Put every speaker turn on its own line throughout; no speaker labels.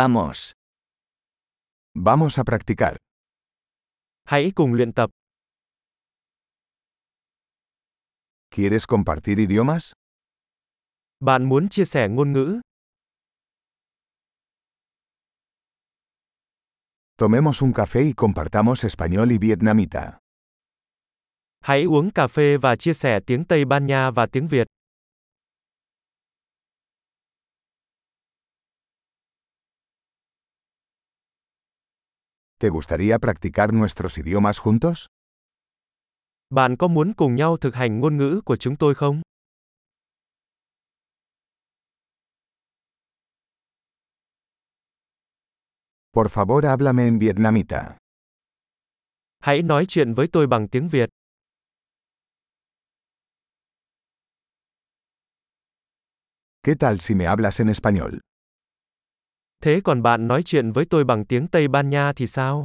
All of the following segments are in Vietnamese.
Vamos.
Vamos a practicar.
Hãy cùng luyện tập.
¿Quieres compartir idiomas?
Bạn muốn chia sẻ ngôn ngữ?
Tomemos un café y compartamos español y vietnamita.
Hãy uống cà phê và chia sẻ tiếng Tây Ban Nha và tiếng Việt.
¿Te gustaría practicar nuestros idiomas juntos?
Bạn có muốn cùng nhau thực hành ngôn ngữ của chúng tôi không?
Por favor, háblame en vietnamita.
Hãy nói chuyện với tôi bằng tiếng Việt.
¿Qué tal si me hablas en español?
Thế còn bạn nói chuyện với tôi bằng tiếng Tây Ban Nha thì sao?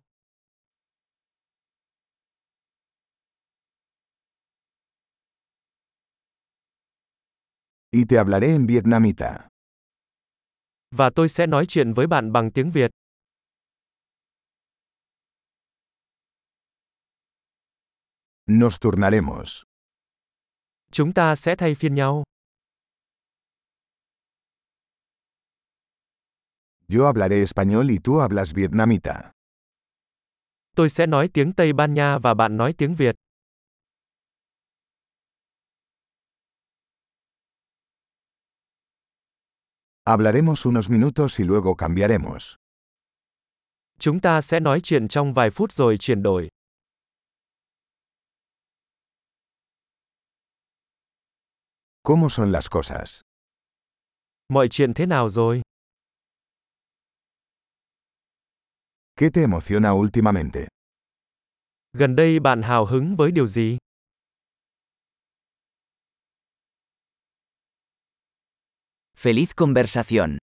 Y te hablaré en vietnamita.
Và tôi sẽ nói chuyện với bạn bằng tiếng Việt.
Nos turnaremos.
Chúng ta sẽ thay phiên nhau.
Yo hablaré español y tú hablas vietnamita.
Tôi sẽ nói tiếng Tây Ban Nha và bạn nói tiếng Việt.
Hablaremos unos minutos y luego cambiaremos.
Chúng ta sẽ nói chuyện trong vài phút rồi chuyển đổi.
¿Cómo son las cosas?
Mọi chuyện thế nào rồi?
¿Qué te emociona últimamente?
Gần đây bạn hào hứng với điều gì?
Feliz conversación.